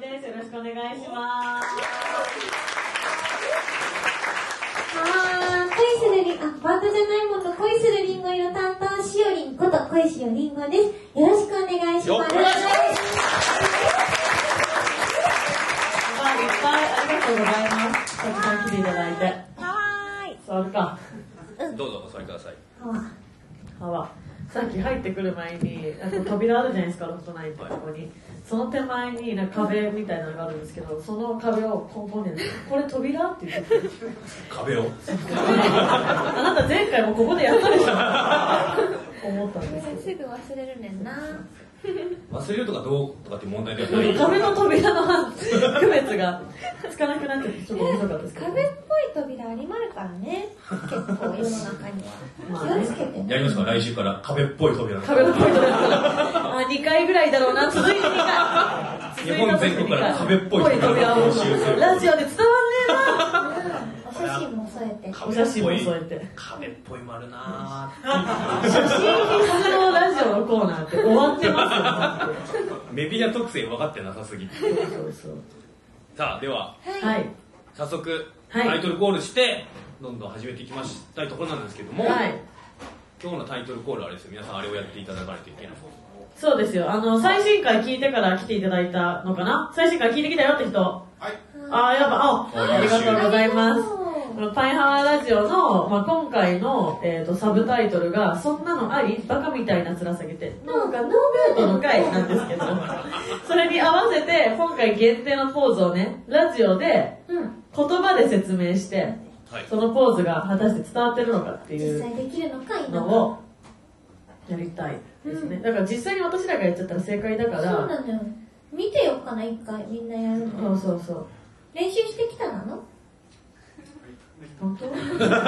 です。よろしくお願いします。あー、恋するりん、あ、バンドじゃないもの、恋するりんご色担当、しおりんこと、恋しおりんごです。よろしくお願いしよまっす。お願いしおかわりいっぱいありがとうございます。たくさん来ていただいて。は座るか。どうぞお座りください。ーい。歯はさっき入ってくる前にあの扉あるじゃないですかロフトナインのとこにその手前になんか壁みたいなのがあるんですけどその壁をポンポンで「これ扉?」って言って壁を。あなた前回もここでやったでしょ思ったんですけすぐ忘れるねんな。忘れるとかどうとかって問題ではない。ど壁と扉の区別がつかなくなってちょっと面白かったですけど壁っぽい扉ありまるからね。結構世の中にまあは。気ねをつけてね。やりますか来週から壁っぽい扉。壁のポイントですあ2回ぐらいだろうな続いて2回日本全国から壁っぽい壁っぽい扉を扉を募集するラジオで伝わんねえなお写真も添えて。お写真も添えて壁っぽい丸な写真付きのラジオのコーナーって終わってますよぁメディア特性分かってなさすぎて。そうそうさあ、では、そうはい早速、はいタイトルコールして、どんどん始めていきましたいところなんですけども、はい今日のタイトルコールはあれですよ、皆さんあれをやっていただかないといけない。そうですよあの最新回聞いてから来ていただいたのかな最新回聞いてきたよって人はいああやっぱあありがとうございますこのパイハワラジオの、まあ、今回の、えー、とサブタイトルが「そんなのありバカみたいな面下げて」なんか、ノー京都の回なんですけどそれに合わせて今回限定のポーズをねラジオでうん。言葉で説明してはい。そのポーズが果たして伝わってるのかってい実う際できるのか、今のをやりたいですね、だから実際に私らがやっちゃったら正解だかそうらなのよ。見てよっかな、一回。みんなやるの。そうそうそう練習してきたなの本当不安。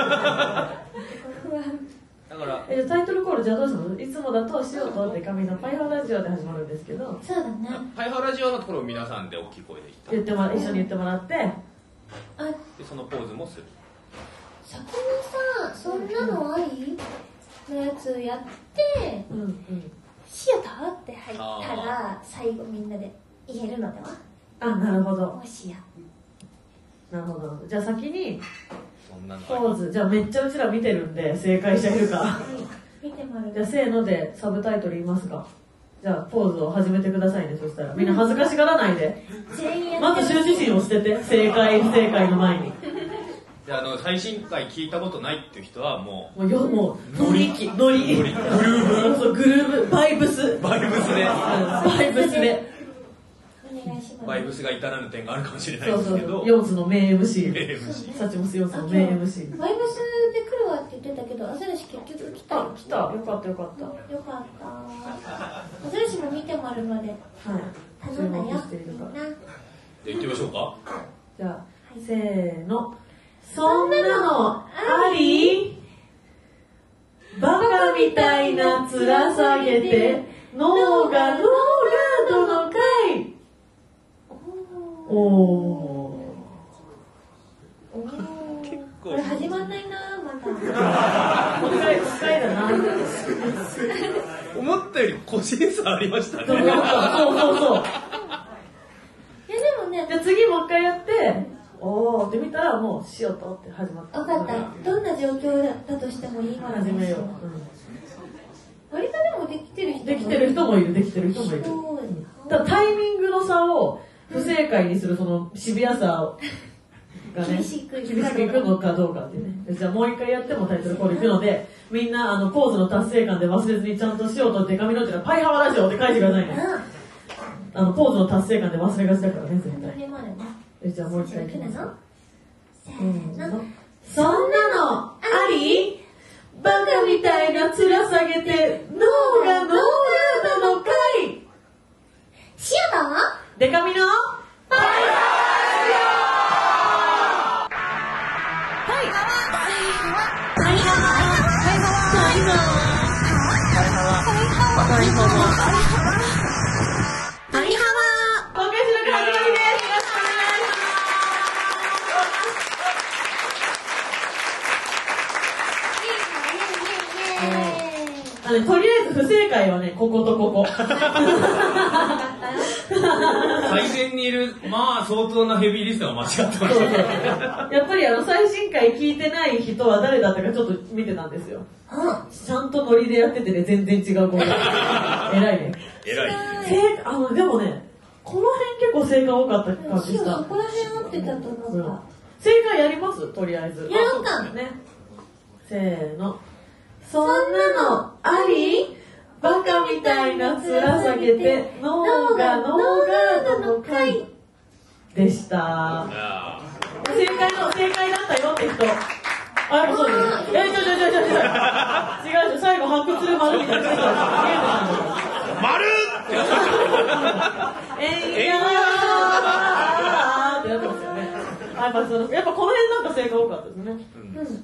だから、えじゃあタイトルコールじゃあどうするのいつもだと「しようと」って神のパイハーラジオで始まるんですけどそうだね。パイハワラジオのところを皆さんで大きい声で言言っってもら一緒に言ってもらってあ、た。で、そのポーズもする。そこのさ、そんなのありのやつやって、うんうんシアターって入ったら、最後みんなで言えるのであなるほはどもしや。なるほどじゃあ先にそんなのポあーズじゃあめっちゃうちら見てるんで正解者いるか見てもらうじゃあせーのでサブタイトル言いますかじゃあポーズを始めてくださいねそしたらみんな恥ずかしがらないで全員やまず羞恥心を捨てて正解不正解の前にりで、あの、最新回聞いたことないっていう人は、ももうよもうノリ気ノリノリグルーブそうグルーブバイブスう、バイブスで、バイブスでお願いします。バイブスが至らぬ点があるかもしれないそでうすそけうそうど、ヨーツの名 MC 名物サチモスヨーツあの今日名 MC バイブスで来るわって言ってたけど、アザラシ結局来たよ。来たよかったよかったはよかった。アザラシも見てもらうまでい頼注んだよ。目みしているからんな。じゃあ行ってみましょうか。じゃあせーのそんなのありバカみたいな面下げて脳がノーガードの回おおおーこ構れ始まんないな また。ー回回だな思ったより個人差ありましたね。そうそうそういやでもね、じゃあ次もう一回やっておおって見たらもうしようとって始まった分かった。どんな状況だったとしてもいいから始めよう、割とでもできてるう人んできてる人もいるできてる人もいるそうただタイミングの差を不正解にするそのシビアさをがね厳しくいく厳しくいくのかどうかっていうねじゃあもう一回やってもタイトルコールいくのでみんなあのポーズの達成感で忘れずにちゃんとしようとって紙のってのはパイハワラジオって書いてくださいねあのポーズの達成感で忘れがちだからね絶当た対り前だね。えじゃあもう一じゃあ回行いきくまなすのそんなのありバカみたいな面下げて脳がノーガードの回シアターデカミのパリハワ今回のカズミですよろしくお願いしーイエーイイエーイイエーイますあのとりあえず不正界はね、こことここ。最前にいる、まあ相当なヘビーリスナーは間違ってそまうそうしやっぱりあの最新回聞いてない人は誰だったかちょっと見てたんですよ。あ、ちゃんとノリでやっててね、全然違う子 が。偉いね。た。偉い。せあの、でもね、この辺結構正解多かった感じシしオたそ。こら辺合ってたと思った。正解やりますとりあえず。やろうかね。せーの。そんなのありバカみたいな面下げて、脳がノーガードの回でした。あ正解の、正解だったよって人。あ、やっぱそうです。え、ちょちょちょちょちょ。違う違う、最後発掘する丸みたいなのついてたー丸んです。えいやーあーあーあーってなってますよね。あやっぱその、やっぱこの辺なんか正解多かったですね。う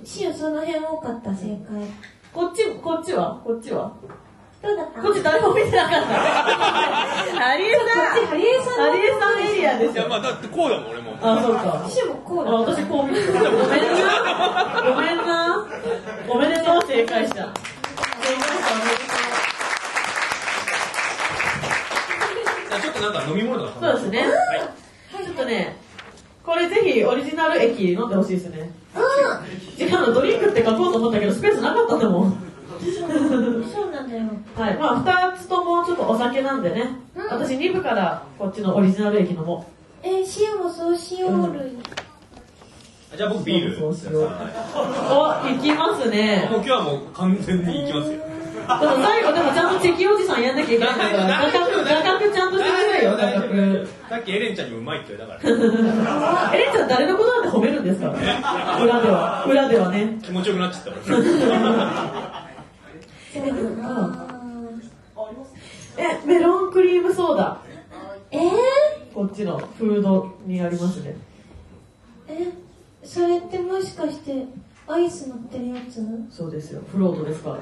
ん、シオその辺多かった正解。こっち、こっちはこっちはどうだったこっち誰も見てなかった。ハリエさんこっちハリエさんのハリエさんエリアでいしや、まょ。あだってこうだもん、俺も。あ、そうか。シオもこうあだった。私こう見てた。ごめんな。ごめんな。おめでとう、正解した。正解した、おめでとう。じゃあちょっとなんか飲み物とかそうですね。ちょっとね、これぜひオリジナル液飲んでほしいですね。違うの、ドリンクって書こうと思ったけど、スペースなかったと思う。うん、そうなんだよ。はい、まあ、2つともちょっとお酒なんでね、うん私2部からこっちのオリジナル液飲もえー、シオもそうしおる。じゃあ僕ビール。そうしようはう。お、行きますいもうね。今日はもう完全に行きますでよ。も最後、でもちゃんとチェキおじさんやんなきゃいけないから、画角、画角ちゃんとしてくださいよ、画角。さっきエレンちゃんにもうまいって言われたから、エレンちゃん誰のことなんて褒めるんですか裏では、裏ではね。気持ちよくなっちゃった俺。そうなんだえ、メロンクリームソーダ。えー、こっちのフードにありますね。え、それってもしかして、アイス乗ってるやつそうですよ。フロートですから。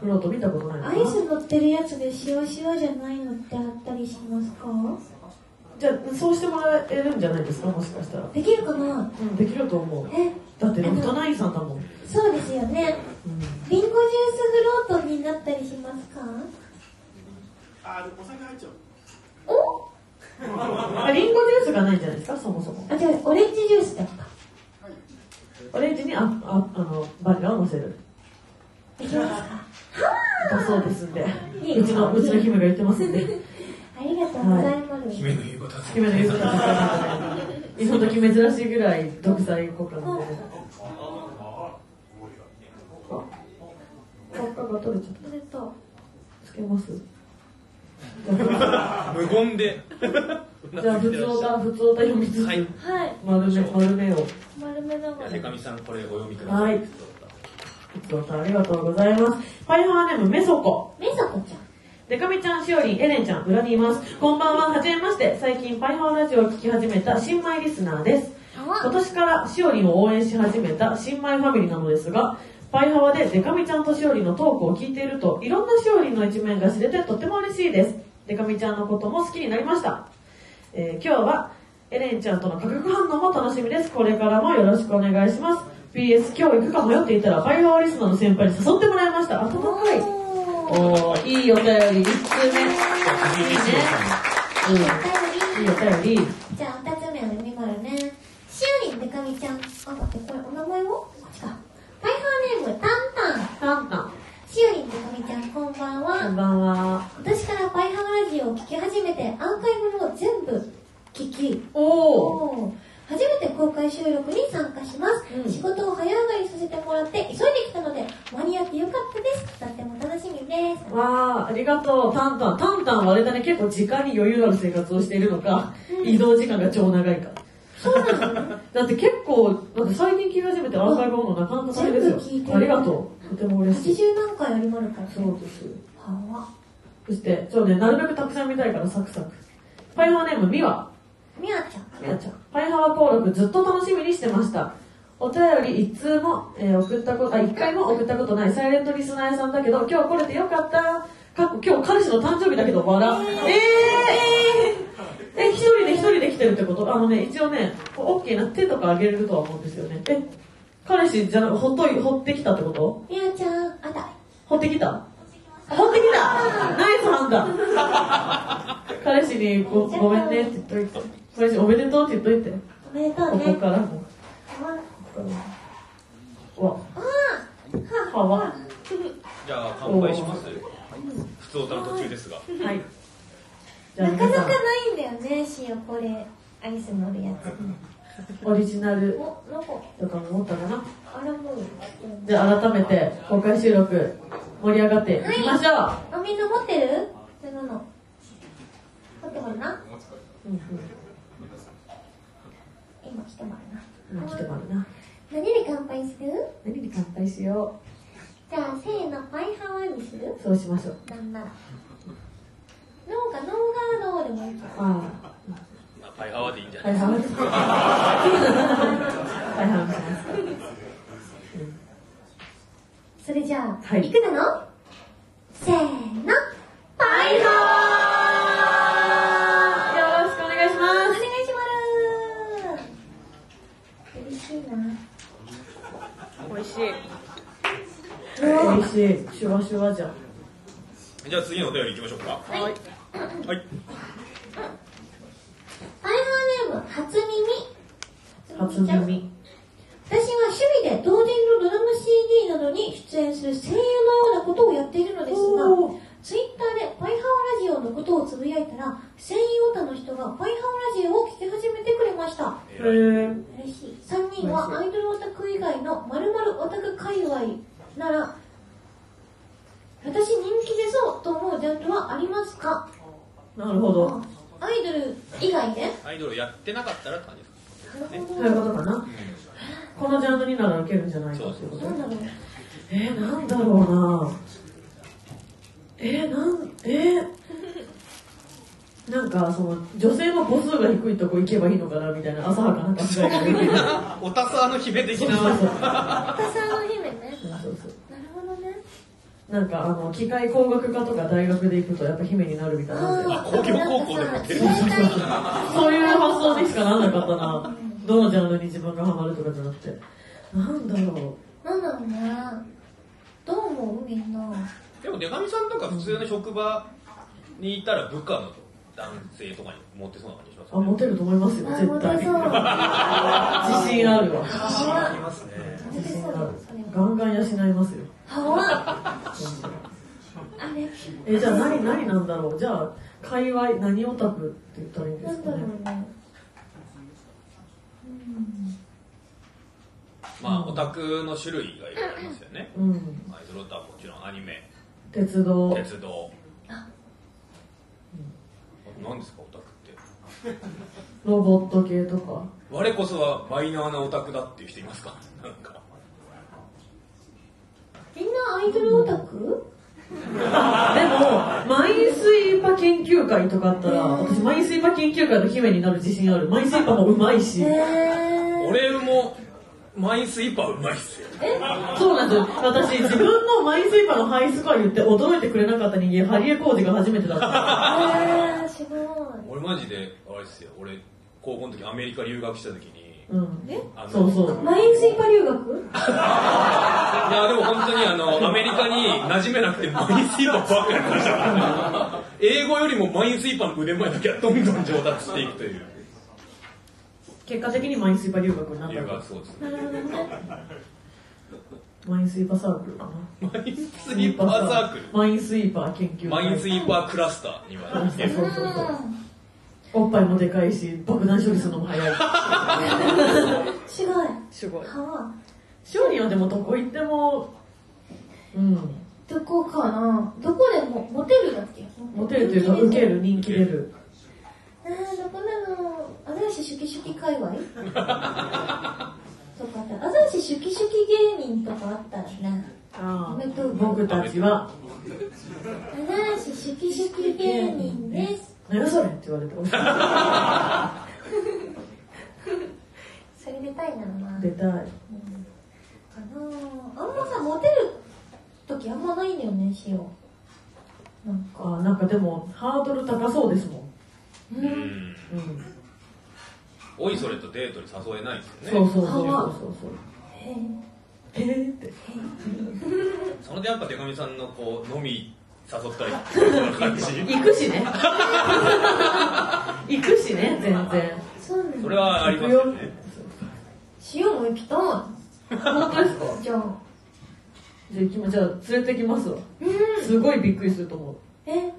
フロート見たことないのアかイなス乗ってるやつで塩塩じゃないのってあったりしますかじゃあ、そうしてもらえるんじゃないですか、もしかしたら。できるかなうん、できると思う。え、だって、ロフトナインさんだもん。うん、そうですよね。リンゴジュースフロートになったりしますかあ、お酒入っちゃう。おあリンゴジュースがないんじゃないですか、そもそも。あ、違う、オレンジジュースだった。オレンジにあああのバニラを乗せる。できますかだそうですんで。いいうちの、うちの姫が言ってますんで。ありがとうございます。姫の言うことは姫の言うことは聞かないので今時珍しいぐらい独裁国家なんで。輪っかが取れちゃっそれと、た。つけます無言で。じゃあ、普通おた、普通おた読みつつ、はい。はい、丸目、丸目を。丸めながら。でかみさん、これお読みください。はい普通おたありがとうございます。パイハーネーム、メソコ。めさこちゃん。でかみちゃん、しおりん、エレンちゃん、裏にいます。こんばんは、はじめまして。最近、パイハワラジオを聞き始めた新米リスナーです。今年からしおりんを応援し始めた新米ファミリーなのですが、パイハワでデカミちゃんとしおりんのトークを聞いていると、いろんなしおりんの一面が知れてとても嬉しいです。デカミちゃんのことも好きになりました。えー今日は、エレンちゃんとの化学反応も楽しみです。これからもよろしくお願いします。PS 今日行くか迷っていたら、パイハワリスナーの先輩に誘ってもらいました。温かい。おー。おー、いいお便り、1通目。いいね。うおん。いいお便り便り。じゃあ、二つ目の読みからね。しおりんでかみちゃん。あ、待って、これお名前をこっちか。パイハーネーム、タンタン。タンタン。しおりんでかみちゃん、こんばんこんは。ばんは。私からパイハーラジオを聞き始めて、アーカイブも全部聞き、おー。おー初めて公開収録に参加します、うん仕事を早上がりさせてもらって、急いできたので、間に合ってよかったです。とっても楽しみです。わー、ありがとう、タンタン。タンタンはあれだね、結構時間に余裕のある生活をしているのか、移動時間が超長いか。そうなのだって結構、なんか最近聞き始めてアーカイブもなかなか大変ですよ。全部聞いてるありがとう。とても嬉しい。 80何回ありまるから、そうです。はわ。そして、そうね、なるべくたくさん見たいからサクサク。パイハーネーム、ミワ。みやちゃん。みやちゃん。パイハワ登録ずっと楽しみにしてました。お便り一通も、えー送ったこと、あ、一回も送ったことないサイレントリスナーさんだけど、今日来れてよかった。かっこ今日彼氏の誕生日だけど笑。えー、えー、え、一人で一人で来てるってことあのね、一応ね、オッケーな手とかあげれるとは思うんですよね。え、彼氏じゃなく、ほっとい、ほってきたってことみやちゃん、あた。ほってきた持ってきたナイス判断彼氏にごごめんねって言っといて彼氏おめでとうって言っといておめでとうここねからもわあはわじゃあ乾杯します普通おたの途中ですがはいじゃあなか皆なさかないんだよね塩これアイス乗るやつんオリジナルおなんかとかも持ったかなあれもうじゃあ改めて公開収録盛り上がっていきましょう、あみんな持ってるそんなの持ってもらうなうんうん今来てもらう今な来てもらうな何で乾杯する何に乾杯しよじゃあせーのパイハワにするうそうしましょうなんならノーかノーガードでもいいからあパイハワでいいんじゃあな大い半はです大半はしますそれじゃあ、、はいいくなのせーのパイハよろしくお願いしーおま願いします嬉しいなす。美味しい。シュワシュワじゃん。じゃあ次のお便り行きましょうかはいはいパイハーネーム初耳初耳。私は趣味で同人のドラム CD などに出演する声優のようなことをやっているのですがおーツイッターでパイハオラジオのことをつぶやいたら声優オタの人がパイハオラジオを聞き始めてくれましたへえ。嬉しい3人はアイドルオタク以外のまるまるオタク界隈なら私人気出そうと思うジャンルはありますかなるほど。あアイドル以外ねアイドルやってなかったらって感じですかなるほそういどうことかな。このジャンルになら受けるんじゃないかっていうことなんだろうえー、なんだろうな。えー、なん、えー、なんかその女性の母数が低いとこ行けばいいのかなみたいな浅はかな考えができる。おたさの姫的そうなそうそう。赤さんの姫ねそうそうなるほどねなんかあの機械工学科とか大学で行くとやっぱ姫になるみたいなんで。あ工業高校でもやってるなんかさ正そういう発想にしかならなかったな。どのジャンルに自分がハマるとかじゃなくて。なんだろ解なんだろうねどう思うみんなでも出上さんとか普通の職場にいたら部下の男性とかに持ってそうな感じしますう。あ、モテると思いますよ、あモ絶テそう対。自信あるわ。ありますねモテ自信そあるうそれ。ガンガン養いますよ。はわあれえ、じゃあ何、何なんだろう。じゃあ、界隈、何オタクって言ったらいいんでなすんだかろね。うねまあオタクの種類がいろいろありますよねうん。アイドルオタはもちろんアニメ鉄道。鉄道何ですかオタクってロボット系とか。我こそはマイナーなオタクだっていう人いますかなんかみんなアイドルオタクでも、マインスイーパー研究会とかあったら、私、マインスイーパー研究会の姫になる自信ある。マインスイーパーもうまいし。え俺もマインスイーパーうまいっすよそうなんですよ。私、自分のマインスイーパーのハイスコア言って驚いてくれなかった人間、ハリエコーデが初めてだった。ーすごい俺マジであれっすよ俺高校の時アメリカ留学した時にうん。えあのそうそう。マインスイパ留学いやでも本当にあのアメリカに馴染めなくてマインスイーパーばっかりでした英語よりもマインスイーパーの腕前だけはどんどん上達していくという結果的にマインスイーパー留学になっ理た由んだがそうですねなるほどねマインスイーパーサークルかな。マインスイーパーサークルマインスイーパー研究会。マインスイーパークラスターにはなってるそうそうそう。おっぱいもでかいし、爆弾処理するのも早い。すごいすごい。はわ勝利はでもどこ行っても、うん。どこかなどこでもモテるだっけモテるというか、受ける、人気出る。あーどこなのアザラシシュキシュキ界隈とかさアザラシシュキシュキ芸人とかあったらなあああ僕たちは、アザラシシュキシュキ芸人です何やそれって言われて、 それ出たいなまあ出たい。かなあんまさモテる時あんまないんだよねしおなんかあなんかでも、ハードル高そうですもん。うんうん。おいそれとデートに誘えないですよそうねそうそうそうそうそう。えーえーって。それでやっぱ手紙さんのこう飲み誘ったりそんな感じ行くしね 行くしね全然そうなんそだれはありますよね塩も行きたい本当ですか じゃあじゃあ行きまじゃあ連れてきますわうんすごいびっくりすると思うえ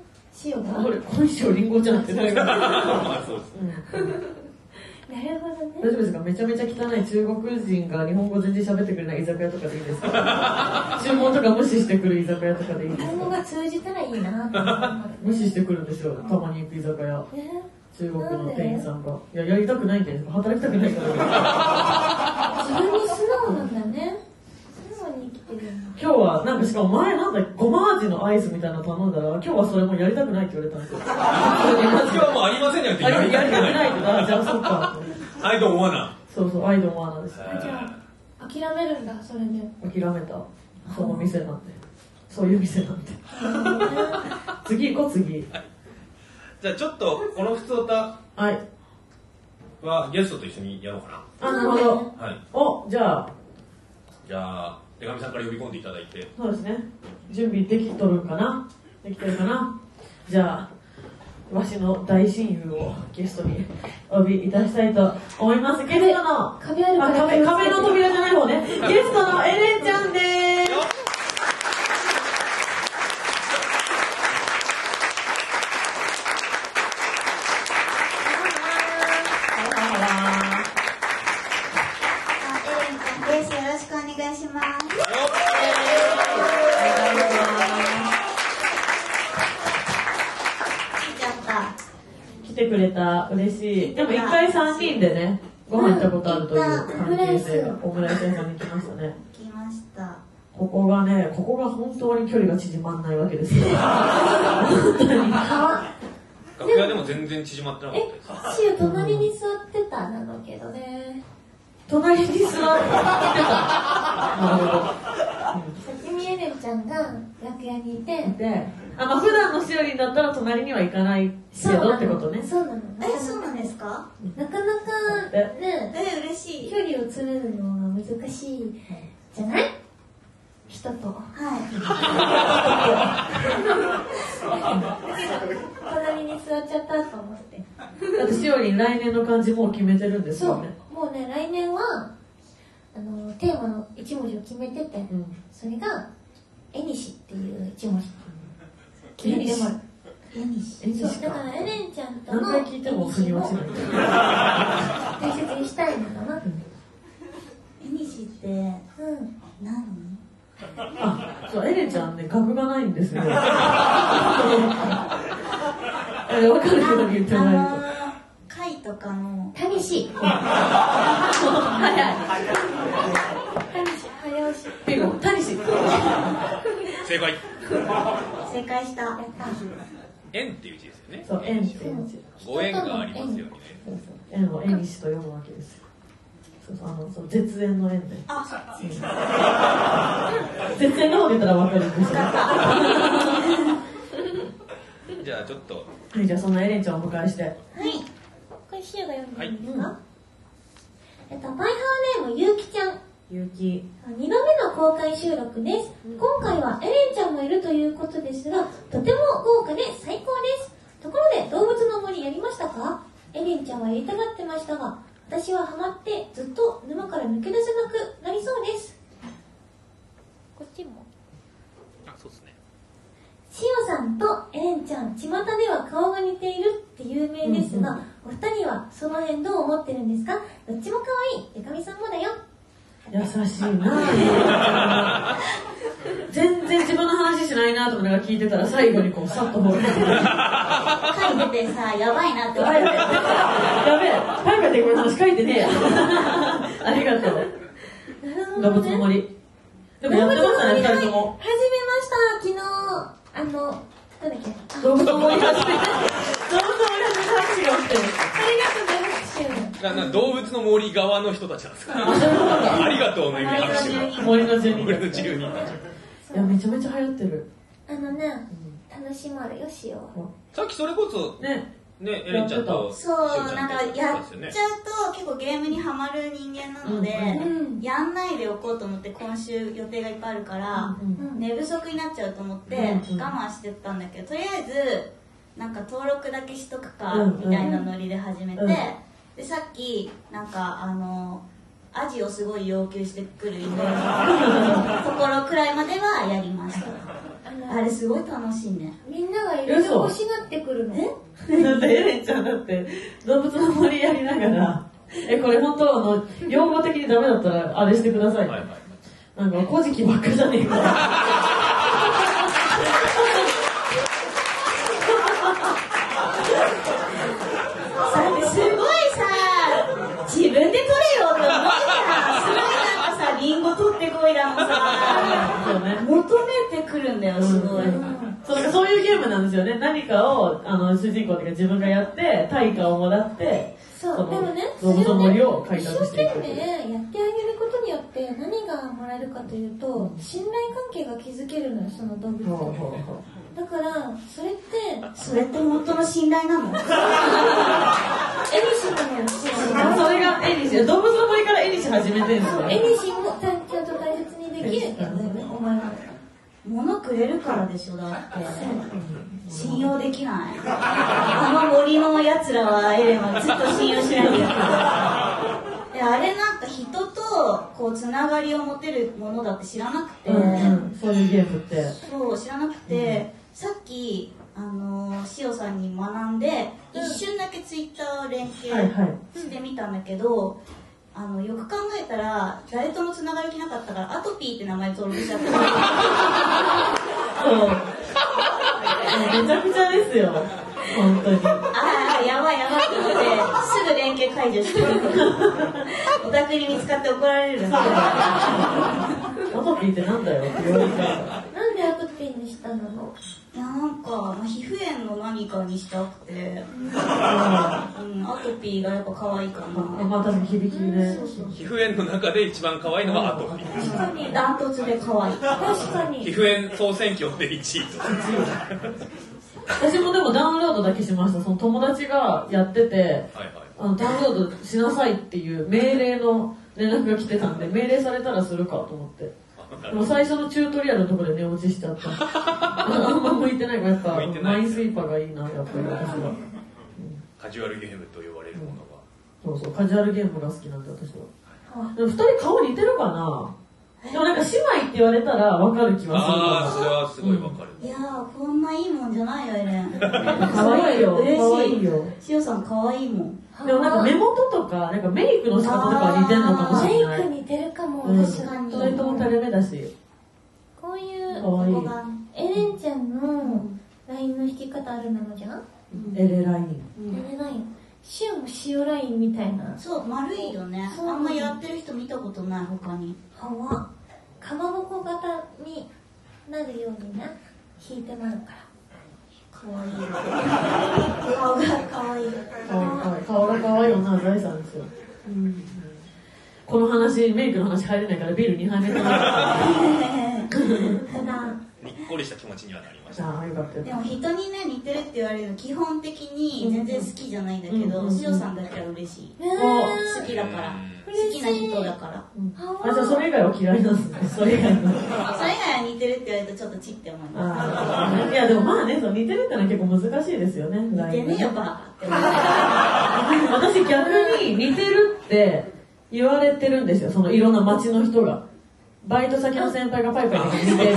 塩がこれ小西をリンゴじゃなくてないからまあそうですなるほど大丈ね夫ですかめちゃめちゃ汚い中国人が日本語全然喋ってくれない居酒屋とかでいいですか注文とか無視してくる居酒屋とかでいいです単語かが通じたらいいなと思 って無視してくるんですよたまに行く居酒屋ね中国の店員さんがいややりたくないんです働きたくないから自分に素直なんだね素直に生きてるんだ今日はなんかしかも前なんだっけごま味のアイスみたいなの頼んだら今日はそれもやりたくないって言われたんですよ私はもうありませんじゃなくてあややりりたたくくなないいってあじゃあそっかアイドンワナそうそうアイドルマナーですあじゃあ諦めるんだそれで、ね、諦めたその店なんてそういう店なんて次行こう次じゃあちょっとこの普通歌はいはゲストと一緒にやろうかあなるほどなはいおじゃあじゃあ手紙さんから呼び込んでいただいてそうですね準備できとるんかなできてるかなじゃあわしの大親友をゲストにお呼びいたしたいと思いますゲストの壁あるかあら壁壁の扉じゃない方ねゲストのエレンちゃんでよすあエレンちゃんです。よろしくお願いします。来ちゃった。来てくれた嬉しいでも一回3人でねご飯行ったことあるという関係でオムライス屋さんに来ましたね来ました。ここがね、ここが本当に距離が縮まんないわけですよ。本当に。楽屋でも全然縮まってなかえったです塩隣に座ってたなのけどね隣に座ってた。なるほ先にエレンちゃんが楽屋にいてど。で、あ、まあ普段のしおりんだったら隣には行かないけそうなどのってことね。そうなのなかなえ、かそうなんですかなかなかねえ、嬉しい。距離を詰めるのは難しいじゃない人とはい。隣に座っちゃったと思ってだってしおりん来年の感じもう決めてるんですそうよね。もうね来年はあのテーマの一文字を決めてて、うん。それが「えにし」っていう一文字決めてもらうえにし。えにそうしだかからエレンちゃんと何の回聞いても腑に落ちない。大切にしたいのかなえにしってうん何あ、そう、エレちゃんね、額がないんですよ。え、わかるように言ってもらえると。あの、貝とかの、たにしたにし早押しピンゴ、タニシ。正解正解した。縁っていう字ですよねそう、円っていう字。ご縁がありますようにねそうそう円を円にしと読むわけですよ。そうそう、あの、そう、絶縁の円で。あ、絶縁の方出たらわかるんですよ。じゃあちょっとはい、じゃあそんなエレンちゃんをお迎えして。はいこれ塩が読んでるんですか、えっとバイハーネームゆうきちゃんゆうき。 2度目の公開収録です、今回はエレンちゃんもいるということですがとても豪華で最高ですところで動物の森やりましたかエレンちゃんはやりたがってましたが私はハマってずっと沼から抜け出せなくなりそうですこっちもあそうですねしおさんとエレンちゃん巷では顔が似ているって有名ですが、お二人はその辺どう思ってるんですかどっちも可愛いでかみさんもだよ優しいなあ全然自分の話しないなと思いながら聞いてたら最後にこう、さっと放り出して。貝出てさ、やばいなって思っやべえ、て。やべえ、パイパイでこの話書いてねえや。ありがとう。なる動ほど物ねの森。でもやってましたね、二人とも。始めました、昨日。あの、なんだっけ。あ動物の森始めて。動物の森始めて話が起きてる。ありがとうございます。なな動物の森側の人たちなんですか あ、そういうことか。ありがとうの意味拍手が森の住人森の自由にいやめちゃめちゃ流行ってるあのね、楽しまるよ、しよさっきそれこそねねエレンちゃんとそう、なんかやっちゃうねと結構ゲームにはまる人間なので、うんやんないでおこうと思って今週予定がいっぱいあるから、うんうん寝不足になっちゃうと思って我うんうん慢してたんだけど、とりあえずなんか登録だけしとくかうんうんみたいなノリで始めて、うんでさっきなんかあのアジをすごい要求してくるイメージのところくらいまではやりましたあれすごい楽しいねみんながいろいろ欲しがってくるの。だってエレンちゃんだって動物の森やりながらえこれ本当あの用語的にダメだったらあれしてください、はいはいなんか古事記ばっかじゃねえかさすごいさ自分で取れよって思うじゃんすごいなんかさリンゴ取ってこいだのさそうね求めてくるんだよすごい、そうなんかそういうゲームなんですよね何かをあの主人公というか自分がやって対価をもらってそう、でもね、そ動れ物のをね森を開一拓生してい懸く命やってあげることによって何がもらえるかというと、信頼関係が築けるのよ、その動物ほうほと。うほだから、それって、それって本当の信頼なのエニシンでもやってうあそれがエニシ動物の森からエニシ始めてるんですそうよエニシンもちゃんちゃんと大切にできるんだよね、お前は。物くれるからでしょだって信用できないあの森のやつらはエレンはずっと信用しないんだけどいやあれなんか人とこうつながりを持てるものだって知らなくて、うんうん、そういうゲームってそう知らなくて、さっきあのー塩さんに学んで、一瞬だけツイッターをは連い携はいしてみたんだけど、あのよく考えたら誰ともつながりきなかったからアトピーって名前登録しちゃった そうめちゃくちゃですよ本当にああやばいやばいって思ってすぐ連携解除してお宅に見つかって怒られるんだアトピーってなんだよって言われてなんでアクピーにしたのいやなんか、まあ、皮膚炎の何かにしたくて、うん、アトピーがやっぱ可愛いかなまあ確かに響きね皮膚炎の中で一番可愛いのがアトピー確かに。ダントツで可愛い確か皮に。膚炎総選挙で1位私もでもダウンロードだけしましたその友達がやっててはいはいあのダウンロードしなさいっていう命令の連絡が来てたんで命令されたらするかと思ってでも最初のチュートリアルのところで寝落ちしちゃったあんま向いてないからやっぱ向いてないマインスイーパーがいいなやっぱり私はカジュアルゲームと呼ばれるものがそうそうカジュアルゲームが好きなんで私はでも二人顔似てるかなでもなんか姉妹って言われたら分かる気ああはそれはすごいわかるいやーこんないいもんじゃないよエレンするかわいいよ嬉しい可愛いよしおさん可愛いもんでもなんか目元とかなんかメイクの仕方とか似てるのかもしメれイなクい似てるかも、うん確かに。二人とも垂れ目だしこういうかわいいここがエレンちゃんの LINE の引き方あるなのじゃんエレラインエレライン塩も塩ラインみたいなそう丸いよねそうあんまやってる人見たことない他に歯はかまぼこ型になるようにな引いてもらうから可愛い顔が可愛い顔が可愛い女は財産ですよ、この話メイクの話入れないからビール2杯目飲んだただにっこりした気持ちにはなりましじたゃあよかったよでも人にね似てるって言われるの基本的に全然好きじゃないんだけうんどうんしおさんだけは嬉しいねお好きだから嬉好しいきな人だから歯あじゃあはそれ以外は嫌いなんですねそれ以外のそれ以外は似てるって言われるとちょっとチって思いますあーいやでもまあねそう似てるってのは結構難しいですよね似似てねえよバカって思う私逆に似てるって言われてるんですよそのいろんな町の人がバイト先の先輩がパイパイに似てる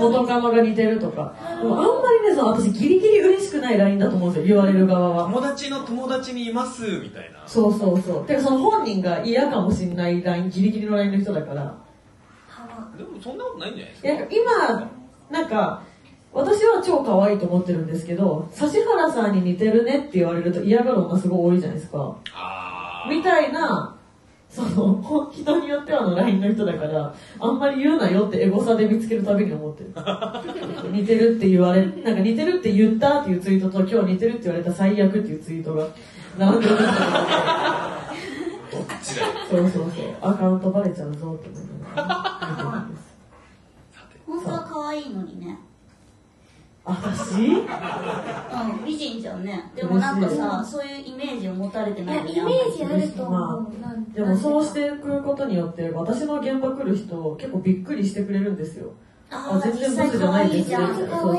元カノが似てるとかでもあんまりねその私ギリギリ嬉しくないラインだと思うんですよ言われる側は友達の友達にいますみたいなそうそうそうてかその本人が嫌かもしんないラインギリギリのラインの人だから歯はでもそんなことないんじゃないですいや今なんか私は超可愛いと思ってるんですけど指原さんに似てるねって言われると嫌がる女すごい多いじゃないですかかああみたいな、その、人によってはの LINE の人だから、あんまり言うなよってエゴサで見つけるたびに思ってる。似てるって言われ、なんか似てるって言ったっていうツイートと、今日似てるって言われた最悪っていうツイートが、並んでるんですよ。そうそうそう。アカウントバレちゃうぞって思いながら見てます本当は可愛いのにね私うん、美人じゃんね。でもなんかさ、そういうイメージを持たれていなや、いイじゃん。メージあると思う。なんでもそうし。ていくことによって私の現場来る人結構びっくりしてくれるんですよあああ、実全然際ブスじゃ可ない愛でいすじねゃそうん。うそうそう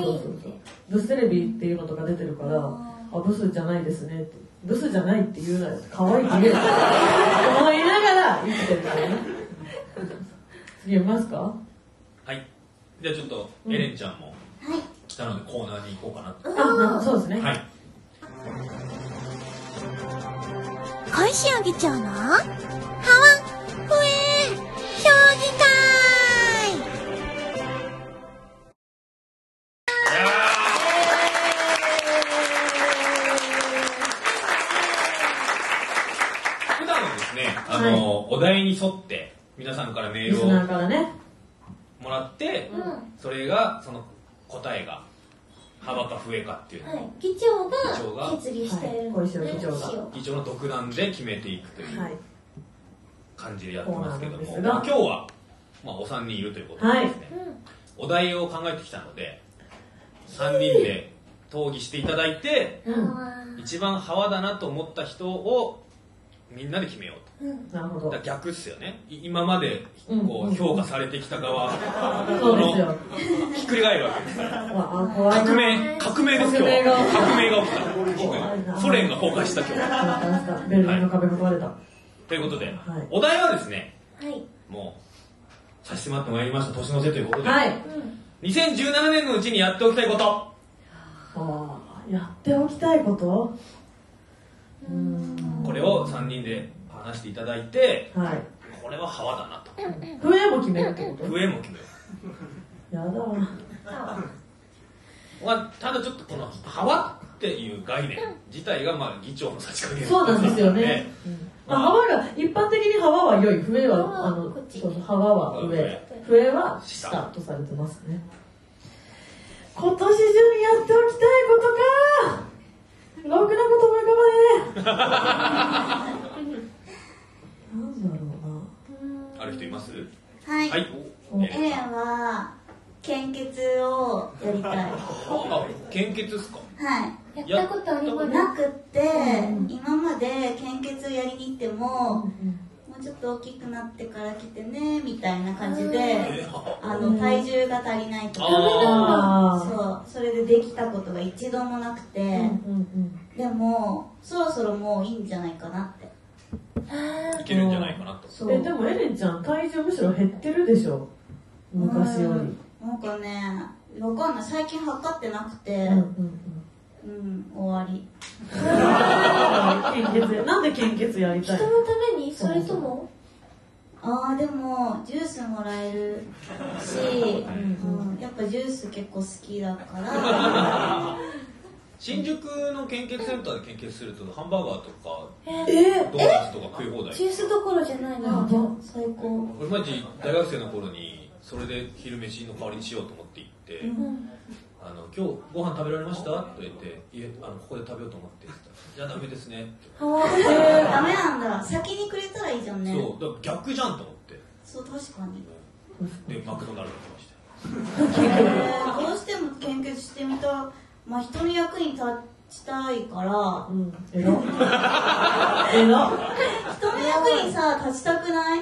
ブステレビっていうのとか出てるからあブスじゃないですねってブスじゃないって言うなよ可愛いって言えよ思いながら生きてるからね次読みますかはい。じゃあちょっと、エレンちゃんもはい。来たのでコーナーに行こうかなと。あなそうですね、はい。恋しあげちゃうのハワンふえー評議会普段はですね、あの、お題に沿って、皆さんからメーリスルをナーからねもらって、うんそれが、その答えが、幅か笛かっていうのを、はい。議長議長がが決議してるね。はい小石の議長が一応の独断で決めていくというはい感じでやってますけども、そうなんですがまあ今日は、まあ、お三人いるということでですね、お題を考えてきたので、三人で討議していただいて、うん。あ一番ハワだなと思った人をみんなで決めようと。ーうん。なるほだどから逆っすよねい今までうんこう評価されてきた側そうですよのひっくり返るわけですからわあ怖いな革命革命ですよ革命が革命が起怖いきたなソ連が崩壊した今日わかりましたベルリンの壁が壊れた、ということで、はいお題はですねはい。もう差し迫ってまいりました年の瀬ということで、はいうん。 2017年のうちにやっておきたいことあーやっておきたいことこれを3人で話していただいてはいこれはハワだなと笛も決めるってこと笛も決めやよだうまあただちょっとこのハワっていう概念自体がまあ議長の差し掛けそうなんですよねね、まあ、幅が一般的に幅は良い笛はあ幅はのこっちそうそう幅は上笛は下とされてますね今年中にやっておきたいことかろくなこと思い浮か ばねえなんだろうなある人いますはい。はい。エレンは、献血をやりたい。あ、献血っすか。はい。やったことありますなくって、今まで献血をやりに行っても、もうちょっと大きくなってから来てねみたいな感じで、あの体重が足りないとか、あーそうそれでできたことが一度もなくて、うんうんでもそろそろもういいんじゃないかなって。いけるんじゃないかなと。そうえでもエレンちゃん体重むしろ減ってるでしょ昔より、うんなんかね、わかんない。最近測ってなくて、うんうん、うん、終わり。献血なんで献血やりたい人のためにそれともああ、でも、ジュースもらえるし、うんやっぱジュース結構好き だから、新宿の献血センターで献血すると、ハンバーガーとか、えドーナツとか食い放題ジ。ュースどころじゃないやのば最高。俺マジ大学生の頃に、それで昼飯の代わりにしようと思って行って、あの、今日ご飯食べられましたと言って、いえ、あの、ここで食べようと思ってって言ったら、じゃあダメですねって。ダメなんだ。先にくれたらいいじゃんね。そう、だから逆じゃんと思って。そう、確かに。で、マクドナルド行きました。えーどうしても献血してみた、まあ、人の役に立ちたいからう、んえらえら人の役にさ、立ちたくない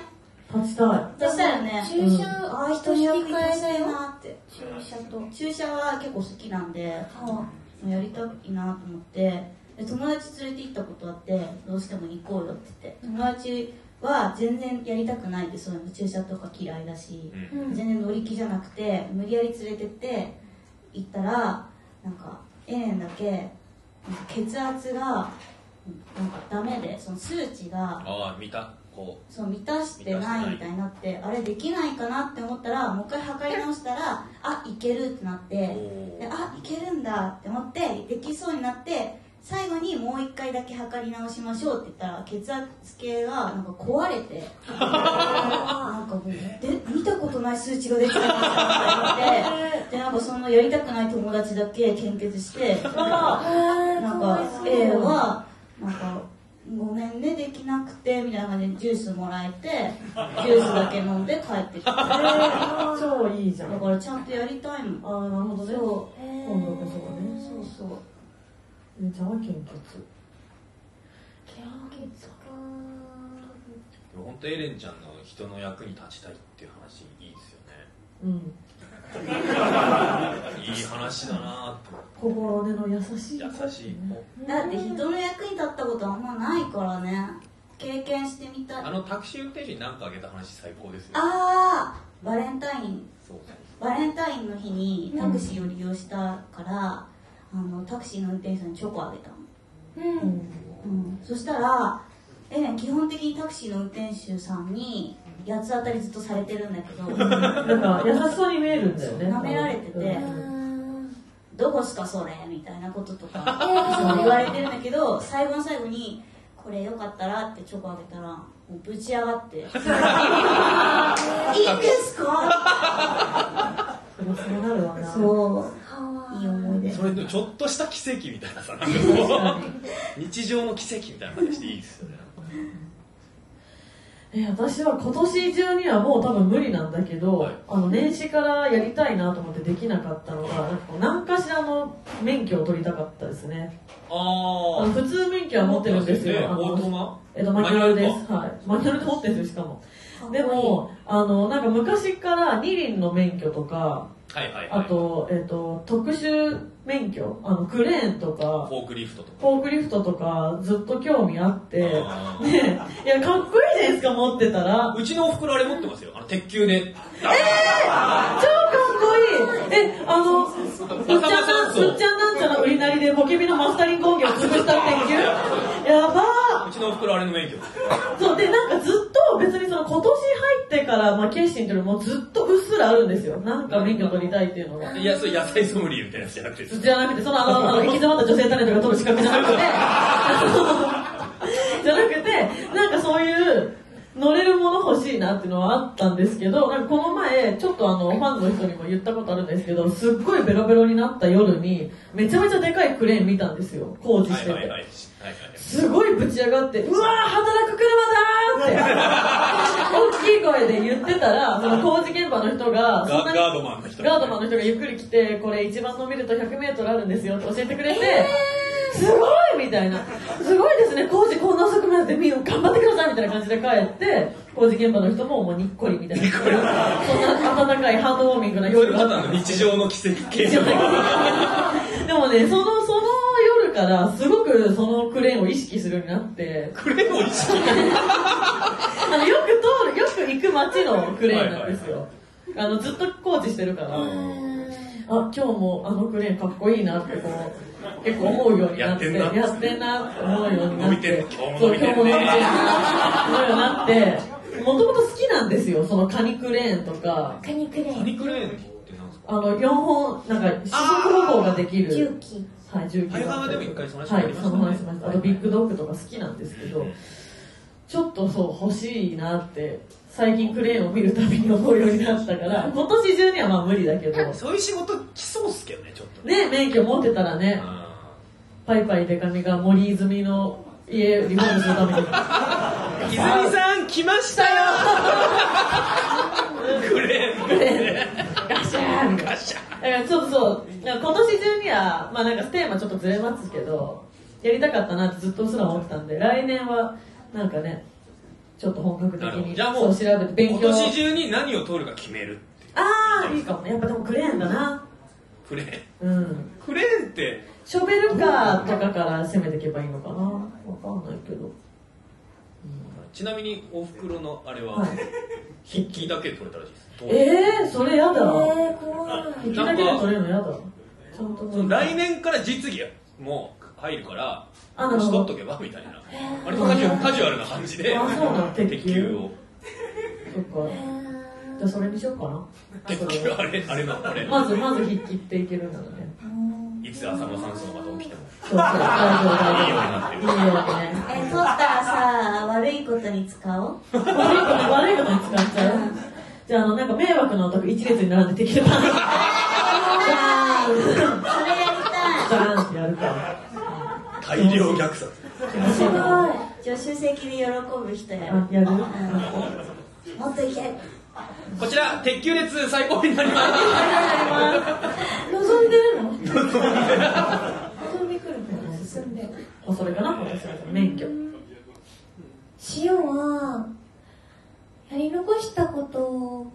立ちたそしたらね、注射ああ、人人のに役引にき換立えだちたいよなって。注射と注射は結構好きなんで、やりたいなと思ってで友達連れて行ったことあってどうしても行こうよって言って友達は全然やりたくないってそういうの注射とか嫌いだし、うん全然乗り気じゃなくて無理やり連れてって行ったらなんかエレンだけなんか血圧がなんかダメでその数値がああ、見た。こそう満たしてないみたいになってあれできないかなって思ったらもう一回測り直したらあいけるってなっておーであいけるんだって思ってできそうになって最後にもう一回だけ測り直しましょうって言ったら血圧計がなんか壊れてなんかもうで見たことない数値が出てきたって思ってでなんかそのやりたくない友達だけ献血してそしたらなんか A はなんかごめんねできなくてみたいな感じでジュースもらえてジュースだけ飲んで帰ってきてだかい超いいじゃんらちゃんとやりたいのああなるほどねそえ今度こそがねそうそう姉ちゃんは献血献血か本当エレンちゃんの人の役に立ちたいっていう話いいですよねうんいい話だなって小五郎の優しい優しいだって人の役に立ったことあんまないからね経験してみたいああのタクシー運転手に何かあげた話最高ですよあーバレンタインそうそうバレンタインの日にタクシーを利用したから、あのタクシーの運転手さんにチョコあげたの、ううんんうん、そしたらエレン基本的にタクシーの運転手さんに八つ当たりずっとされてるんだけどなんか優しそうに見えるんだよね舐められててうんあどこっすかそれみたいなこととかそう言われてるんだけど最後の最後にこれよかったらってチョコあげたらもうぶち上がって「いい んですか?そりゃそうなるわ」なそうーかわいいい思い出それのちょっとした奇跡みたいなさ なんかこう日常の奇跡みたいな感じでいいですよねえ私は今年中にはもう多分無理なんだけど、はいあの年始からやりたいなと思ってできなかったのがなんかこう何かしらの免許を取りたかったですねあのああ普通免許は持ってるんですよ、あのオートマえっと、マニュアルでマニュアルす。はい。マニュアルで持ってるんですよ、しかも。でも、あの、なんか昔から二輪の免許とか、はいはいはいあと、えっと、特殊免許、あの、クレーンとか、フォークリフトとかフォークリフトとか、ずっと興味あって、ねあいや、かっこいいじゃないですか、持ってたら。ーうちのおふくろあれ持ってますよあの鉄球で超かっこいいえ、あの、うっちゃんなん、うっちゃんなんちゃら売りなりで、ポケビのマスタリン工業を潰した鉄球やばーうちのおふくろあれの免許ですそうでなんかずっと別にその今年入ってから、まあ、決心というのもずっとうっすらあるんですよなんか免許取りたいっていうのがいやそれ野菜ソムリエみたいなやつじゃなくてじゃなくてそのあ のあの行き詰まった女性タレントが取る資格じゃなくてじゃなくてなんかそういう乗れるもの欲しいなっていうのはあったんですけどなんかこの前ちょっとあのファンの人にも言ったことあるんですけどすっごいベロベロになった夜にめちゃめちゃでかいクレーン見たんですよ工事はしいてはいはいてはいはいすごいぶち上がって、うわー、働く車だ ーって、大きい声で言ってたら、その工事現場の人が、ガそんなにガードマンの人ガードマンの人がゆっくり来て、これ一番伸びると100メートルあるんですよって教えてくれて、すごいみたいな、すごいですね、工事こんな遅くまで見よう頑張ってくださいみたいな感じで帰って、工事現場の人ももうにっこりみたいな、そんな温かいハードウォーミングなそれ夜まがあったたあの日常の奇跡系でじゃもないね、その、その夜から、すごくそのクレーンを意識するようになって、クレーンを意識あの、よく通る、よく行く街のクレーンなんですよ。あの、ずっと工事してるから、あ、今日もあのクレーンかっこいいなって、こう、結構思うようになって、やってんなやってんなって思うようになって。伸びてる今日もそう伸びてる今ね日も伸びてるな思うようになって、もともと好きなんですよ、そのカニクレーンとか。カニクレーン何クレーンってなんですかあの、4本、なんか、四足歩行ができる。重機はい、19タイガーはでも一回その話はありい、ましたそねの話しました。あとビッグドッグとか好きなんですけど、ちょっとそう欲しいなって、最近クレーンを見るたびに思うようになったから、今年中にはまあ無理だけど、そういう仕事来そうっすけどねちょっとねね、免許持ってたらね、あパイパイデカミが森泉の家リフォームするために、ー泉さん来ましたよクレーンクレーン、ガシャーンみたいなガシだャからちょっとそう、なんか今年中には、まあなんかテーマちょっとずれますけど、やりたかったなってずっとうっすら思ってたんで、来年はなんかね、ちょっと本格的なるほにどじゃあもうそう調べて勉今強。年中に何を取るか決めるっていうああ、いいかもね。やっぱでもクレーンだな。クレーンうん。クレーンってショベルカーとかから攻めていけばいいのかな。わかんないけど。ちなみにおふくろのあれははい筆記だけ取れたらしいですえー、それやだ。えー、怖い引きだけで取れるのやだ。ちゃんとそのね。来年から実技も入るからあなるほ取どっとけばみたいな割とカジュアルカジュアルな感じであそうなん鉄球をそっか。じゃあそれにしようかな。鉄球あれあれなあれまず、まず筆記っていけるんだろうね。いつ朝の酸素がまた起きてもそうそう、大丈夫、大丈夫。いいよね。え取ったらさ悪いことに使おう悪いこと悪いことに使っちゃう。じゃあ、あの、なんか迷惑のお宅一列に並んでできれば。じゃあそれやりたいダーンってやるから。大量虐殺すごい助手席で喜ぶ人やるあやるうんもっといけこちら鉄球列最高になります望んでるの飛んでくるから進んでおそれかな今年は免許塩はやり残したことを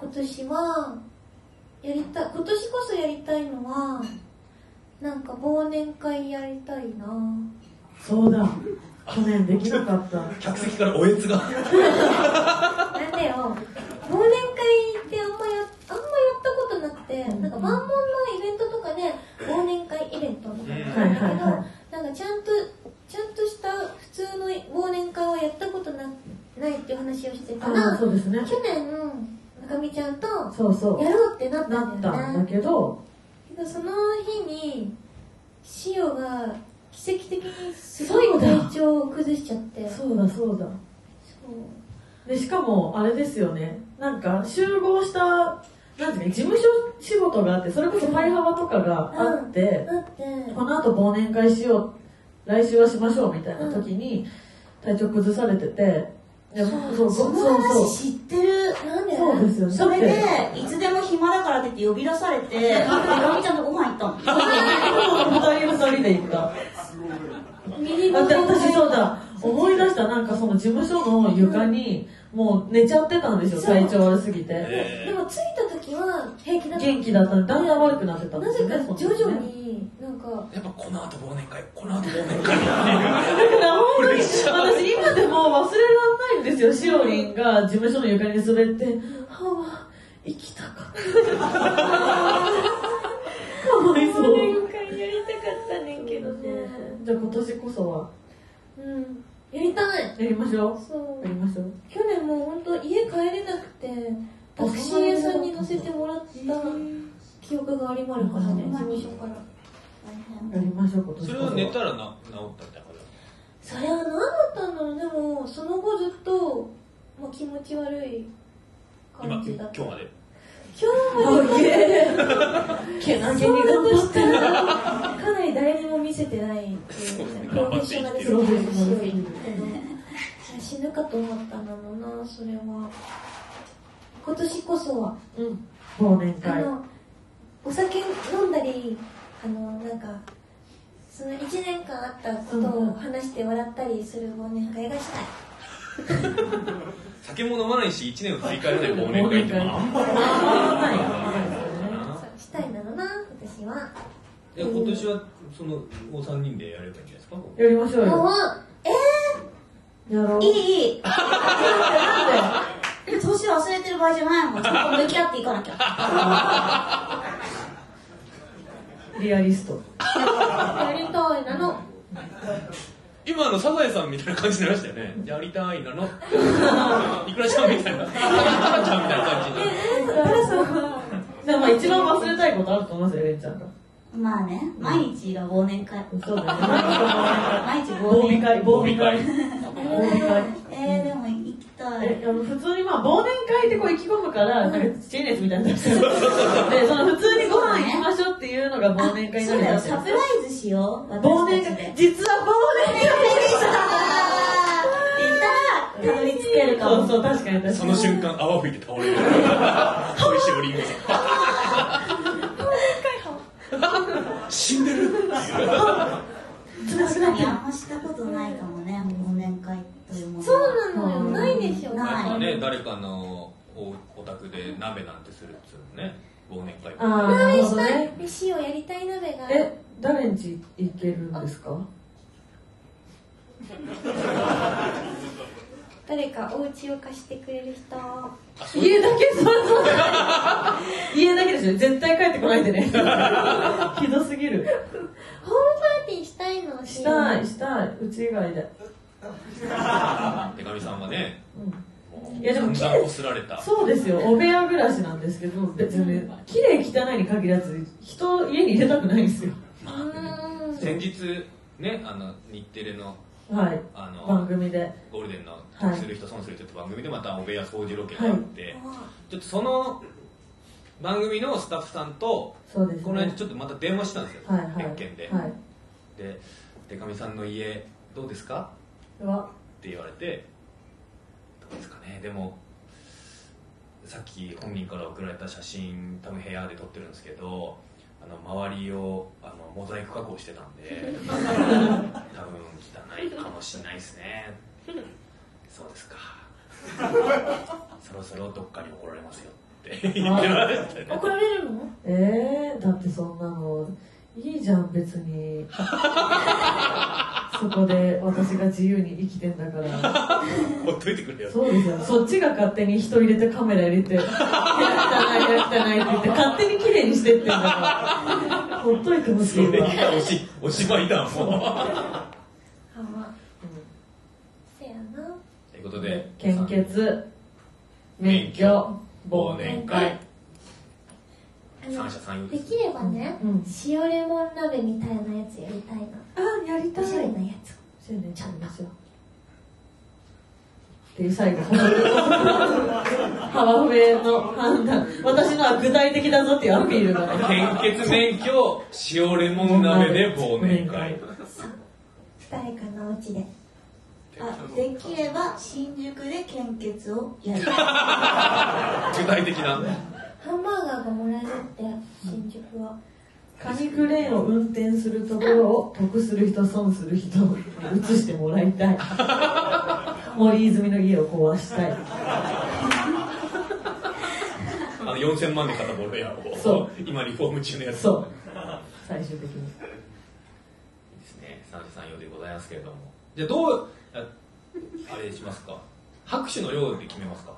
今年はやりたい今年こそやりたいのはなんか忘年会やりたいなそうだ去年できなかった客席からおえつが なんでよ忘年会ってあんまやあんまやったことなくてなんか万文のイベントとかで忘年会イベントみたいなのあるんだけど、はいはいはなんかちゃんとちゃんとした普通の忘年会はやったことなないっていう話をしてたあらあそうですね去年中見ちゃんとそうそうやろうってなったなんっだよねたんだけどけどその日にシオが奇跡的にすごい体調を崩しちゃってそうそうだそうだでしかもあれですよねなんか集合したなんていうか事務所仕事があってそれこそパイハワとかがあって、だってこの後忘年会しよう来週はしましょうみたいな時に体調崩されてて、いやそうそそうのそう話知ってるなんでそうですよねそれでいつでも暇だからって言って呼び出されてかみちゃんとご飯行ったの 二人二人で行った右だのって私そうだ思い出したなんかその事務所の床にもう寝ちゃってたんですよ体調悪すぎてでも着いた時は平気だった元気だったのにだんだん悪くなってたんでなすぜよねか徐々になんかやっぱこの後忘年会この後忘年会ってだから本当に私今でも忘れられないんですよしおりんが事務所の床に滑って「はあ生きたかった」かわいそうやりたかったねんけどねじゃあ今年こそはうんやりたいやりましょそううやりましょう去年もう本当家帰れなくてタクシー屋さんに乗せてもらった記憶がありまるからね事務所からやりましょう今年こいうそれそは寝たらな治ったみたいな感それは何だったんだろうでもその後ずっと、まあ、気持ち悪い感じじだ今った今日まで今日もけなげそにうだ頑と張っしてたらかなり誰にも見せてないっていうそうですねプ ロフェッショナルす頑ぎ張ってて生きてる強いけど死ぬかと思ったんだろうなそれは今年こそはうん忘年あ会のお酒飲んだりあのなんかその1年間あったことを話して笑ったりする忘年会がしたい酒も飲まないし1年を振り返らない忘年会ってまああんまりそうしたいなのな私はえ今年はそのお三人でやればいいんじゃないですかやりましょうもようえやろうー、いいいいでも年忘れてる場合じゃないもんちゃんと向き合っていかなきゃリアリストやりたいなの今あのサザエさんみたいな感じになりましたよねやりたいなの いくらちゃんみたいなタラちゃんみたいな感じにでもまあ一番忘れたいことあると思いますよレンちゃんがまあね毎日が忘年会そうだね何か忘毎日年会忘忘年年会忘年飲み会会会忘年会えー、でも行きたいえあの普通にまあ忘年会ってこう意気込むから、なんかチェーンレスみたいなの出してるでその普通にご飯行きましょうっていうのが忘年会にそなうるらだよしいサプライズしよう忘私年たちで会実は忘年会で行ったらたどり着けるかそもうそう確かに確かにその瞬間泡吹いて倒れ る美味しいおりんごさん死んでる確かにあんましたことないかもね忘年会というもの そうなのよないでしょないなんかね誰かのおお宅で鍋なんてするっつうのね忘年会ああなるほどね飯をやりたい鍋がえ誰んち行けるんですか誰かお家を貸してくれる人家だけそうそう家だけですよ絶対帰ってこない でねひどすぎるホームパーティーしたいのしたいしたいうち以外で手紙さんはねもういやでも散々こすられたそうですよ、お部屋暮らしなんですけど、別に綺麗汚いに限らず、人を家に入れたくないんですよ。うまあーん先日ねあの日テレのはい、あの番組で。ゴールデンの「はい得する人損する人」って番組でまたお部屋掃除ロケがあって、あちょっとその番組のスタッフさんとそうですね。この間ちょっとまた電話したんですよ、はいはい。別件で、はい。で「でかみさんの家どうですか?」うわって言われて「どうですかねでもさっき本人から送られた写真多分部屋で撮ってるんですけどあの周りをあのモザイク加工してたん で多分汚いかもしれないですねそうですかそろそろどっかに怒られますよって言ってましたね怒られるのえー、だってそんなのいいじゃん別 にそこで私が自由に生きてんだからほっといてくれよそうですよそっちが勝手に人入れてカメラ入れて「部屋汚い部屋汚い」って言って勝手に綺麗にしてってんだからほっといてほそしいれでわ来たおしおしまいだもうあまあせやなということで献血免許忘忘年年会会あの三者三様でですきればね、うん塩レモン鍋みたいなやつやりたいなあやりたおしゃれなやつそうねちゃんですよっていう最後幅上の判断私のは具体的だぞっていうアピールがね献血免許塩レモン鍋で忘年会誰かのお家であできれば新宿で献血をやる具体的なハンバーガーがもらえるって新宿は紙クレーンを運転するところを得する人損する人に 移してもらい たい森泉の家を壊したいあの4000万で買ったボールペンをそう今リフォーム中のやつそう最終的にですね三者三様でございますけれどもじゃあどうああれしますか拍手の量で決めますか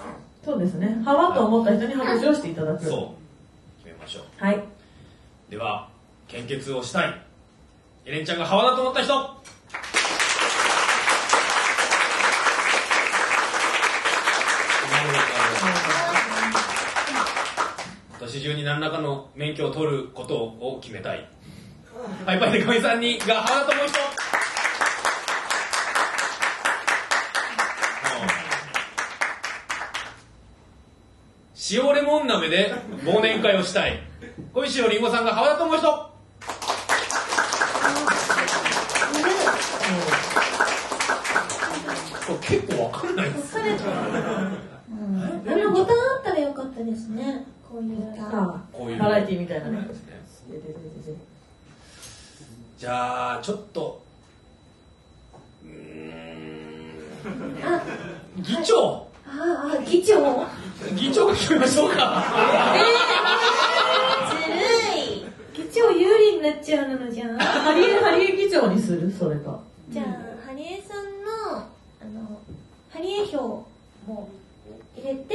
そうですね幅と思った人に拍手をしていただくそう決めましょうはいでは献血をしたいエレンちゃんがハワだと思った人今年中に何らかの免許を取ることを決めたいハイパイでかみさんにがハワだと思う人塩レモン鍋で忘年会をしたい小石よりんごさんがハワだと思う人これ結構わかんないです疲れたあのボタンあったらよかったですねこういうあこういうバラエティみたいなねじゃあちょっとうーあん議長ああ議長議長が決めましょうかずるい議長有利になっちゃうのじゃんじゃハリエハリエ議長にするそれかあハリエさんのあのハリエ票も入れて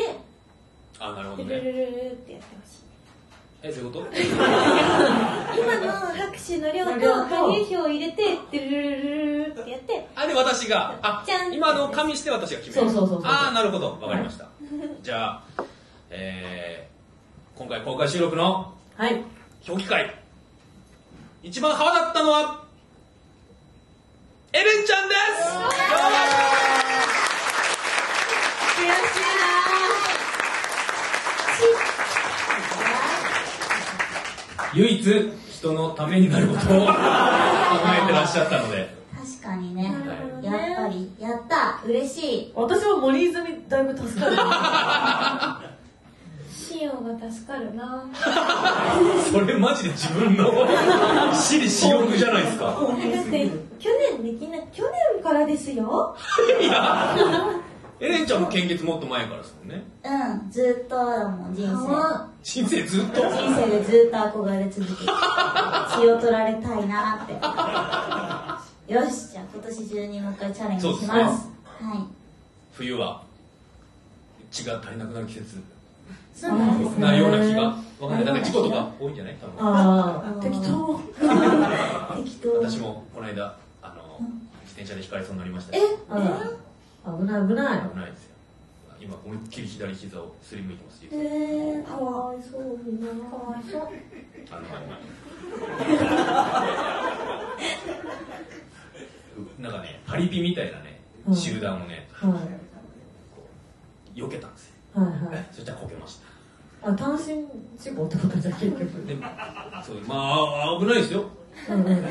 あなるほどルルルねルルってやってほしいえそういうこと今の拍手の量のと量とハリエ票を入れてルルルルルルってやってあで私があじゃん今の加味して私が決めるそうそうそうそうああなるほどわかりましたじゃあえー、今回公開収録のはい表記会一番派だったのはエレンちゃんです唯一人のためになることを 考えてらっしゃったので確かにねなるほどやねっぱりやった嬉しい私は森泉だいぶ助 かるシオンが助かるなそれマジで自分 の私利私欲じゃないですかだって去年できない去年からですよいやエレンちゃんも献血もっと前からですもんねうんずっとだもん人生人生ずっと人生でずっと憧れ続けてきた血を取られたいな ってよしじゃあ今年中にもう一回チャレンジしそうでますすねはい冬は血が足りなくなる季節そうなんですなねような気がわかんないなんか事故とか多いんじゃない多分ああ適当適当私もこの間あの自転車でひかれそうになりましたしあら危ない危ない危ないですよ今思いっきり左膝をすりむいてますえー、かわいそうになかわいそうあのうなんかねパリピみたいなねうん集団をねはい避けたんですよはいはいそしたらこけましたあ単身事故ってことじゃ結局でそうまああ危ないですようんうん危ういく、は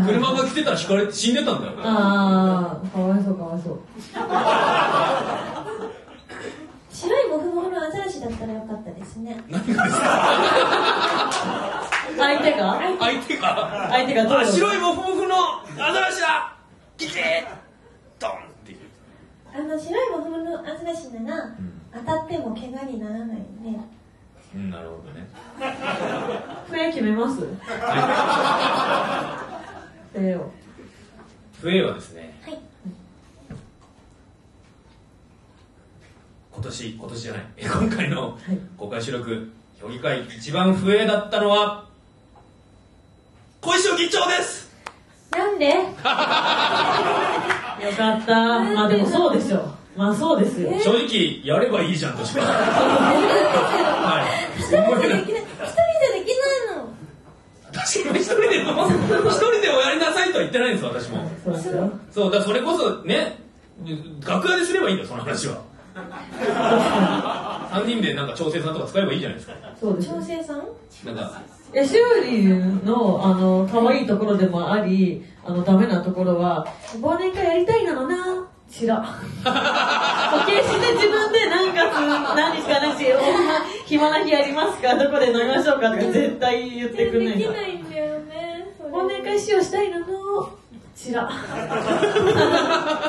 い車が来てたらひかれて死んでたんだよああかわいそうかわいそう白いモフモフ子だったらよかったですね。何がですか相手が相手が相手がどうあ白いモフモフのアザラシだキキードンっていうあの白いモフモフのアザラシなら当たっても怪我にならないんで、うんなるほどね笛決めます笛を笛はですねはい今年今年じゃない 今回のはい公開収録評議会一番笛だったのは小石尾議長ですなんで？よかったまあでもそうでしょまあそうですよ正直やればいいじゃんと しかはい一人じゃできない。一人じゃできないの。確かに一人でも一人でもやりなさいとは言ってないんです私もそうですよそうだからそれこそね楽屋ですればいいんだよその話は3人でなんか調整さんとか使えばいいじゃないですかそうですよ調整さん？なんかえ修理のあの可愛いところでもありあのダメなところは忘年会やりたいなのな知らん決して自分で何月何日か何日ほんま暇な日ありますかどこで飲みましょうかとか絶対言ってくんでないきからないんだよね。それ忘年会使用したいなの知らん一人なのな誰か誘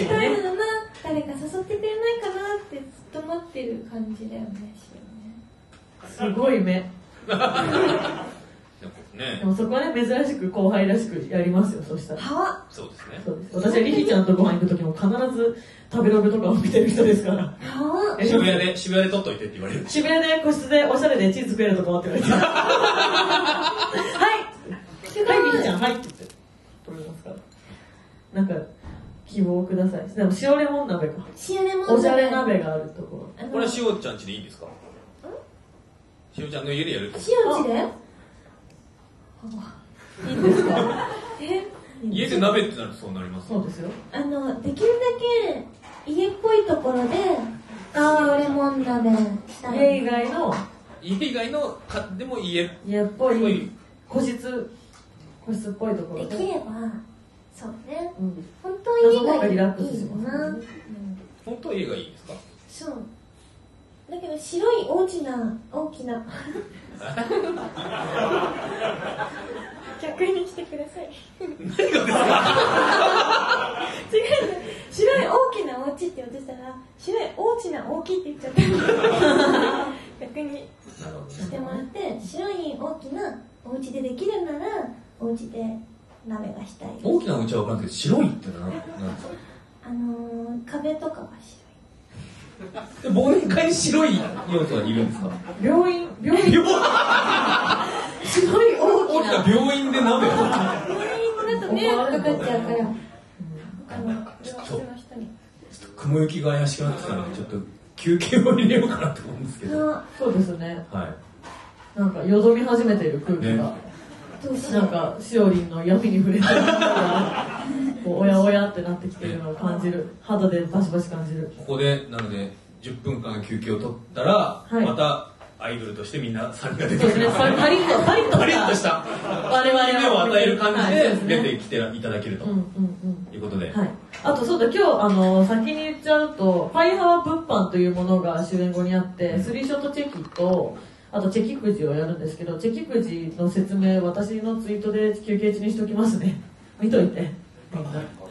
ってくれないかなってずっと待ってる感じだよね。すごい目でもねでもそこはね珍しく後輩らしくやりますよそしたらはそうですねそうです私はリヒちゃんとご飯行く時も必ず食べログとかを見てる人ですからはえ渋谷で渋谷で撮っといてって言われる渋谷で個室でおしゃれでチーズ食えるとこって言われてはいすごはいいみーちゃんはいって言って取れますからなんか希望をくださいでも塩レモン鍋かシアネモンおしゃれ鍋があるとこあのこれはしおちゃん家でいいんですかしおちゃんの家でやるってシアンチで？ろいいんですか え、家で鍋ってなるとそうなりますそうですよあのできるだけ家っぽいところで塩レモン鍋した家い。以外の家以外のかでも家家っぽぽいい個室個室っぽいところでできれば、そうね。うん本当に家がいいなんかリラックスしますな。本当は家がいいんですかそう。だけど白い大きな大き な逆に来てください。何がですか違うの白い大きなお家って言ってたら白い大きな大きいって言っちゃった逆になるほどしてもらって白い大きなお家でできるならお家で鍋がしたい大きなお家は分かんないけど白いってななんですかあのー、壁とかはで忘年会に白い要素はいるんですか病院病院白い大きな病院で鍋白い病院だと迷惑かかっちゃうから他の病室の人に雲行きが怪しくなってきたのでちょっと休憩を入れようかなと思うんですけどあそうですねはなんかよどみ始めてる空気がねどうしよなんうかしおりんの闇に触れてる こうおやおやってなってきてるのを感じる肌で バシバシ感じるいここでなので10分間の休憩を取ったら、はいまたアイドルとしてみんな3人そうが出てですくるねパパリッとパリッとパリッとした我々は夢を与える感じはいそうでですね出てきていただけるとうんうんうんいうことで、はい、あとそうだ今日あの先に言っちゃうと「ファイハー物販」というものが終演後にあってスリーショットチェキとあとチェキくじをやるんですけどチェキくじの説明私のツイートで休憩中にしときますね見といては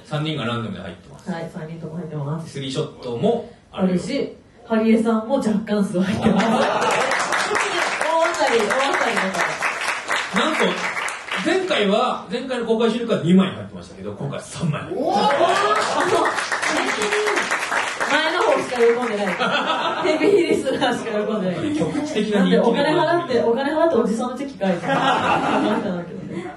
3人がランダムで入ってますい3人とも入ってますスリーショットもああるるよしハリエさんも若干数入ってます大当たり大当たりだからなんと前回は前回の公開収録は2枚入ってましたけど今回は3枚前の方しか喜んでない。ヘビーリスナーしか喜んでない。局地的ななんで人お気で金払 って、お金払っておじさんのチェキ書いて。思ったんだけどね。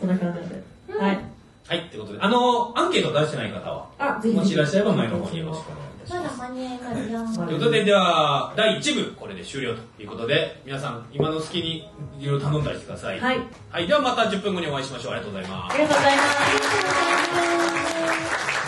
そんな感じなんで。はい。はい、ってことで、あのアンケート出してない方は、あ、ぜひ。もしいらっしゃれば前の方によろしくお願いいたしままだす。間に合いますよまということで、では、第1部、これで終了ということで、皆さん、今の隙にいろいろ頼んだりしてください。はい。はい、ではまた10分後にお会いしましょう。ありがとうございますあ。りがとうございます。ありがとうございます